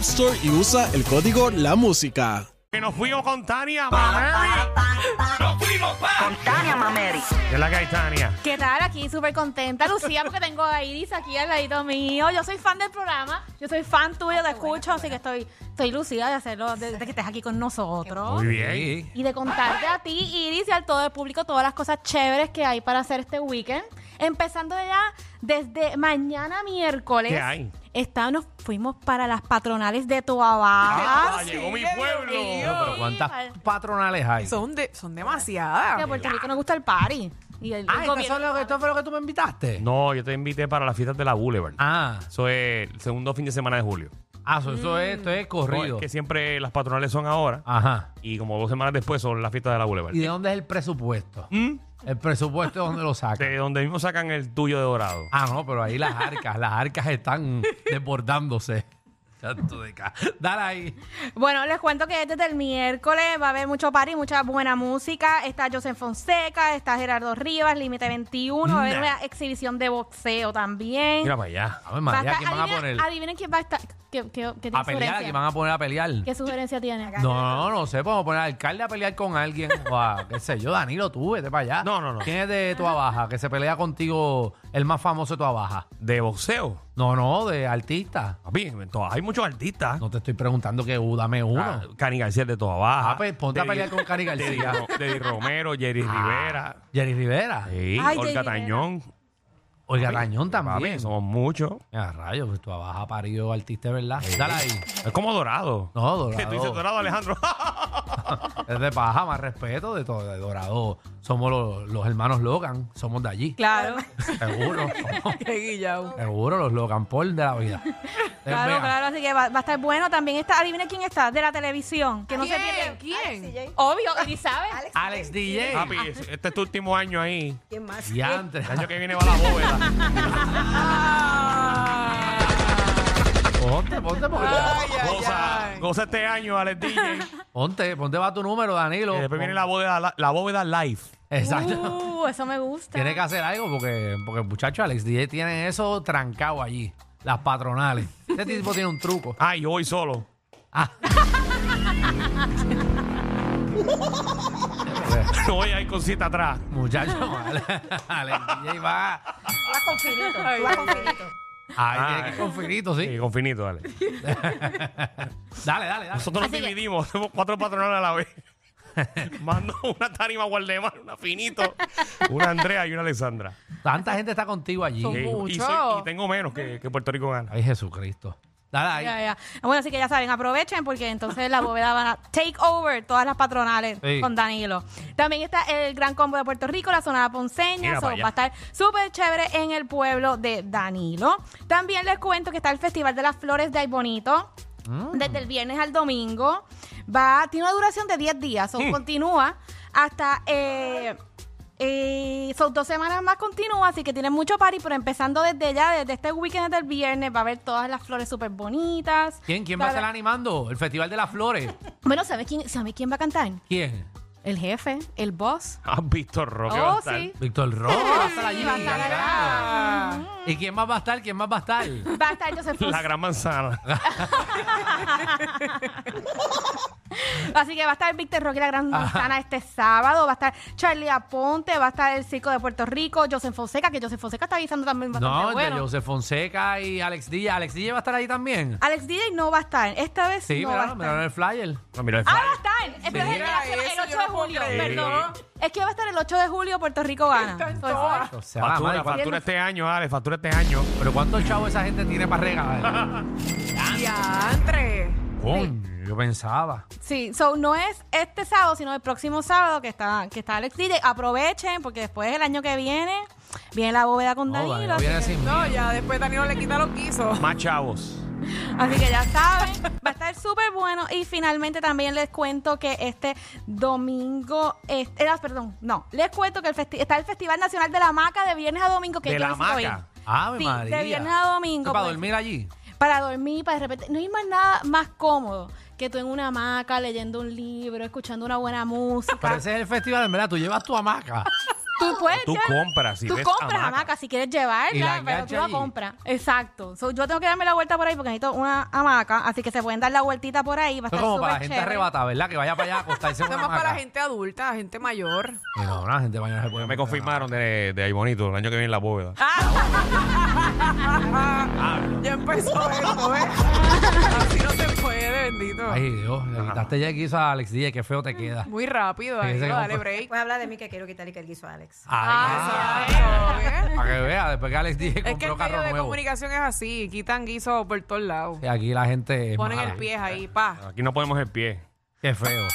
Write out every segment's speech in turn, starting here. Store y usa el código La Música. Que nos fuimos con Tania, mamá. Nos fuimos pa. Tania Mameri. ¿Qué es la que hay, Tania? ¿Qué tal? Aquí súper contenta, Lucía, porque tengo a Iris aquí al ladito mío. Yo soy fan del programa, yo soy fan tuyo, te escucho, así que estoy, estoy Lucía de hacerlo, de, de que estés aquí con nosotros. Muy bien. Y de contarte a ti, Iris, y al todo el público todas las cosas chéveres que hay para hacer este weekend. Empezando ya desde mañana miércoles. ¿Qué hay? Está, nos fuimos para las patronales de Toabaja. Ah, llegó mi pueblo. mío. pero ¿cuántas patronales hay? Son, de, son Que a demasiadas. Puerto Rico nos gusta el party. Y el, el Ah, ¿esto, gobierno- son lo que- esto fue lo que tú me invitaste? No, yo te invité para las fiestas de la Boulevard. Ah, Eso es el segundo fin de semana de julio. ah, so- eso es, esto es corrido. Mm. No, es que siempre las patronales son ahora Ajá. y como dos semanas después son las fiestas de la Boulevard. ¿Y de dónde es el presupuesto? ¿Mm? El presupuesto es donde lo sacan. De donde mismo sacan el tuyo de dorado. Ah, no, pero ahí las arcas, las arcas están desbordándose. Tanto de ca- Dale ahí. Bueno, les cuento que desde el miércoles va a haber mucho party, mucha buena música. Está Joseph Fonseca, está Gerardo Rivas, Límite 21. Va a haber Nah. una exhibición de boxeo también. Mira para allá. A ver, Va a María, estar- ¿quién van a adivinen- poner? Adivinen quién va a estar. ¿Qué, qué- qué A pelear, sugerencia? ¿quién van a poner a pelear? ¿Qué sugerencia tiene? No, no, no sé, podemos poner al alcalde a pelear con alguien. O a, qué sé yo, Danilo, tú vete para allá. No, no, no. ¿Quién es de tu abaja? Que se pelea contigo, el más famoso de tu abaja. De boxeo. No, no, de artista. Papi, en Toa- hay muchos artistas. No te estoy preguntando que uh, dame uno. Ah, Cani García de toda baja. Ah, pues, ponte a pelear con Cani García. Ah. Teddy Romero, Jerry Rivera. Jerry Rivera. Sí, Ay, Olga Jerry Tañón. Olga Tañón Papi, también. somos muchos. A rayos, pues tu abaja parido artista, ¿verdad? Dale ahí. Es como dorado. No, Dorado. ¿Qué tú dices dorado, Alejandro? Es de paja, más respeto de todo. De Dorado. Somos los, los hermanos Logan. Somos de allí. Claro. Seguro. somos- pues, Qué guillao. seguro, los Logan Paul de la vida. Eh, Claro, Vean, claro, así que va, va a estar bueno. También está, adivinen quién está, de la televisión, que no se pierden. ¿Quién? Obvio, y sabes. Alex DJ. Papi, es- este es tu último año ahí. ¿Quién más? Diantre. El año que viene va a la bóveda. Ponte, ponte, porque- Goza, goza este año, Alex DJ. ponte, ponte va tu número, Y Danilo. después viene la bóveda, la, la bóveda live. Exacto. Uh, eso me gusta. Tiene que hacer algo porque, porque muchacho, Alex DJ tiene eso trancado allí. Las patronales. Este tipo tiene un truco. Ay, yo voy solo. No voy a ir con cita atrás. Muchacho, Ale- Alex DJ va. Vas con finito. Tú vas con finito. Ahí Ah, tiene que ir con finito, sí. Sí, con finito, dale. Dale, dale, dale. Nosotros nos Así que- dividimos, somos cuatro patronales a la vez. Mando una tarima a Guardemar, una finito, una Andrea y una Alexandra. Tanta gente está contigo allí. Son Sí, Y, Mucho. soy- y tengo menos que, que Puerto Rico gana. Ay, Jesucristo. Dale ahí. Ya, ya. Bueno, así que ya saben, aprovechen porque entonces la bóveda van a take over todas las patronales Sí. con Danilo. También está el gran combo de Puerto Rico, la zona ponceña, Mira so, pa' allá. va a estar súper chévere en el pueblo de Danilo. También les cuento que está el Festival de las Flores de Ay Bonito. Mm. Desde el viernes al domingo. Va, tiene una duración de 10 días. so, Continúa hasta eh, eh, son dos semanas más continuas, así que tienen mucho party, pero empezando desde ya, desde este weekend, desde el viernes, va a haber todas las flores súper bonitas. ¿Quién, quién va a estar animando? El Festival de las Flores. Bueno, ¿sabes quién, ¿sabes quién va a cantar? ¿Quién? El jefe, el boss. ¿Has visto Roque Oh, va a estar? sí. Víctor Rojo va a estar allí. va a estar cantando. ¿Y quién más va a estar? ¿Quién más va a estar? Va a estar Joseph La Fus- gran manzana. Así que va a estar Víctor Roque la Gran Manzana este sábado. Va a estar Charlie Aponte, va a estar el Circo de Puerto Rico, Joseph Fonseca, que Joseph Fonseca está avisando también bastante No, entre bueno. José Fonseca y Alex Díaz. ¿Alex Díaz va a estar ahí también? Alex DJ no va a estar. Esta vez Sí, no va a mira, estar. mira el flyer. Ah, Mira el Ah, flyer. va a estar. Pero es el, Mira el- el eso, 8 yo no de puedo julio, creer. perdón. Es que va a estar el 8 de julio Puerto Rico gana. Entonces, O sea, la madre, Factura, ¿cuánto- factura este año, Ale, factura este año. pero ¿cuántos chavos esa gente tiene para regalar? Diantre. Coño, yo pensaba. Sí, so no es este sábado, sino el próximo sábado que está, que está Alex DJ. Aprovechen, porque después el año que viene, viene la bóveda con No, Danilo. Danilo así, viene que, sin No, mí. ya después Danilo le quita los guisos. Más chavos. así que ya saben, va a estar súper bueno. Y finalmente también les cuento que este domingo, este, eh, perdón, no, les cuento que el festi- está el Festival Nacional de la Maca de viernes a domingo. Que De yo la necesito Maca. ir. Ave Sí, María. de viernes a domingo. ¿Para pues. dormir allí? para dormir, para de repente. No hay más nada más cómodo que tú en una hamaca, leyendo un libro, escuchando una buena música. Pero ese es el festival, en verdad, tú llevas tu hamaca. Tú puedes. Tú llevar- compras y tú ves compras hamaca. hamaca. si quieres Y la llevarla, pero engancha tú la allí. compras. Exacto. So, yo tengo que darme la vuelta por ahí porque necesito una hamaca, así que se pueden dar la vueltita por ahí. Va a Eso estar es como para la súper gente chévere. arrebatada, ¿verdad? Que vaya para allá a acostarse en Esto es una más para hamaca. la gente adulta, la gente mayor. Y No, no, la gente mañana se puede Ya me meter confirmaron de, de ahí bonito, el año que viene la bóveda. Ah, Ah, Ya empezó esto, ¿ves? Así no se puede, bendito. nada. Ay, Dios, le quitaste ya el guiso a Alex Díaz, qué feo te queda. Muy rápido, Sí, Danilo, ese dale como- break. Ah, Voy a hablar de mí que quiero quitarle que el guiso a Alex. Ay, Exacto, ¿ves? para que vea, después que Alex Díaz Es que Ah, compró el carro medio de nuevo. comunicación es así, quitan guisos por todos lados. Y aquí la gente es Ponen mala. el pie ahí, pa. Aquí no ponemos el pie. Qué feo.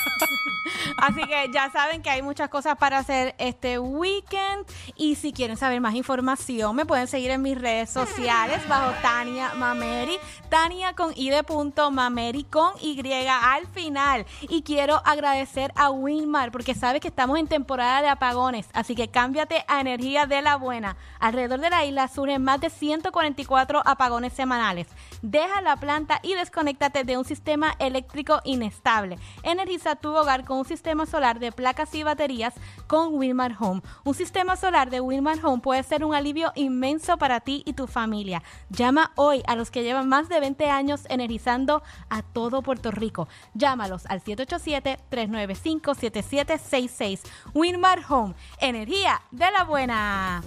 Así que ya saben que hay muchas cosas para hacer este weekend. Y si quieren saber más información, me pueden seguir en mis redes sociales bajo Tania Mameri. Tania con I de punto, Mameri con Y al final. Y quiero agradecer a Winmar porque sabes que estamos en temporada de apagones. Así que cámbiate a energía de la buena. Alrededor de la isla surgen más de 144 apagones semanales. Deja la planta y desconéctate de un sistema eléctrico inestable. Energiza tu hogar con un sistema solar de placas y baterías con Wilmar Home. Un sistema solar de Wilmar Home puede ser un alivio inmenso para ti y tu familia. Llama hoy a los que llevan más de 20 años energizando a todo Puerto Rico. Llámalos al 787-395-7766. Wilmar Home, energía de la buena.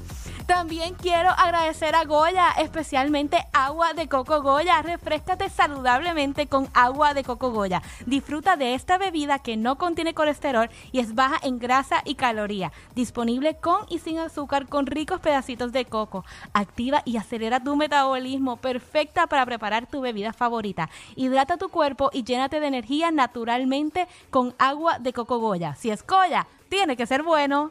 También quiero agradecer a Goya, especialmente agua de coco Goya. Refrescate saludablemente con agua de coco Goya. Disfruta de esta bebida que no contiene colesterol y es baja en grasa y caloría. Disponible con y sin azúcar con ricos pedacitos de coco. Activa y acelera tu metabolismo, perfecta para preparar tu bebida favorita. Hidrata tu cuerpo y llénate de energía naturalmente con agua de coco Goya. Si es Goya, tiene que ser bueno.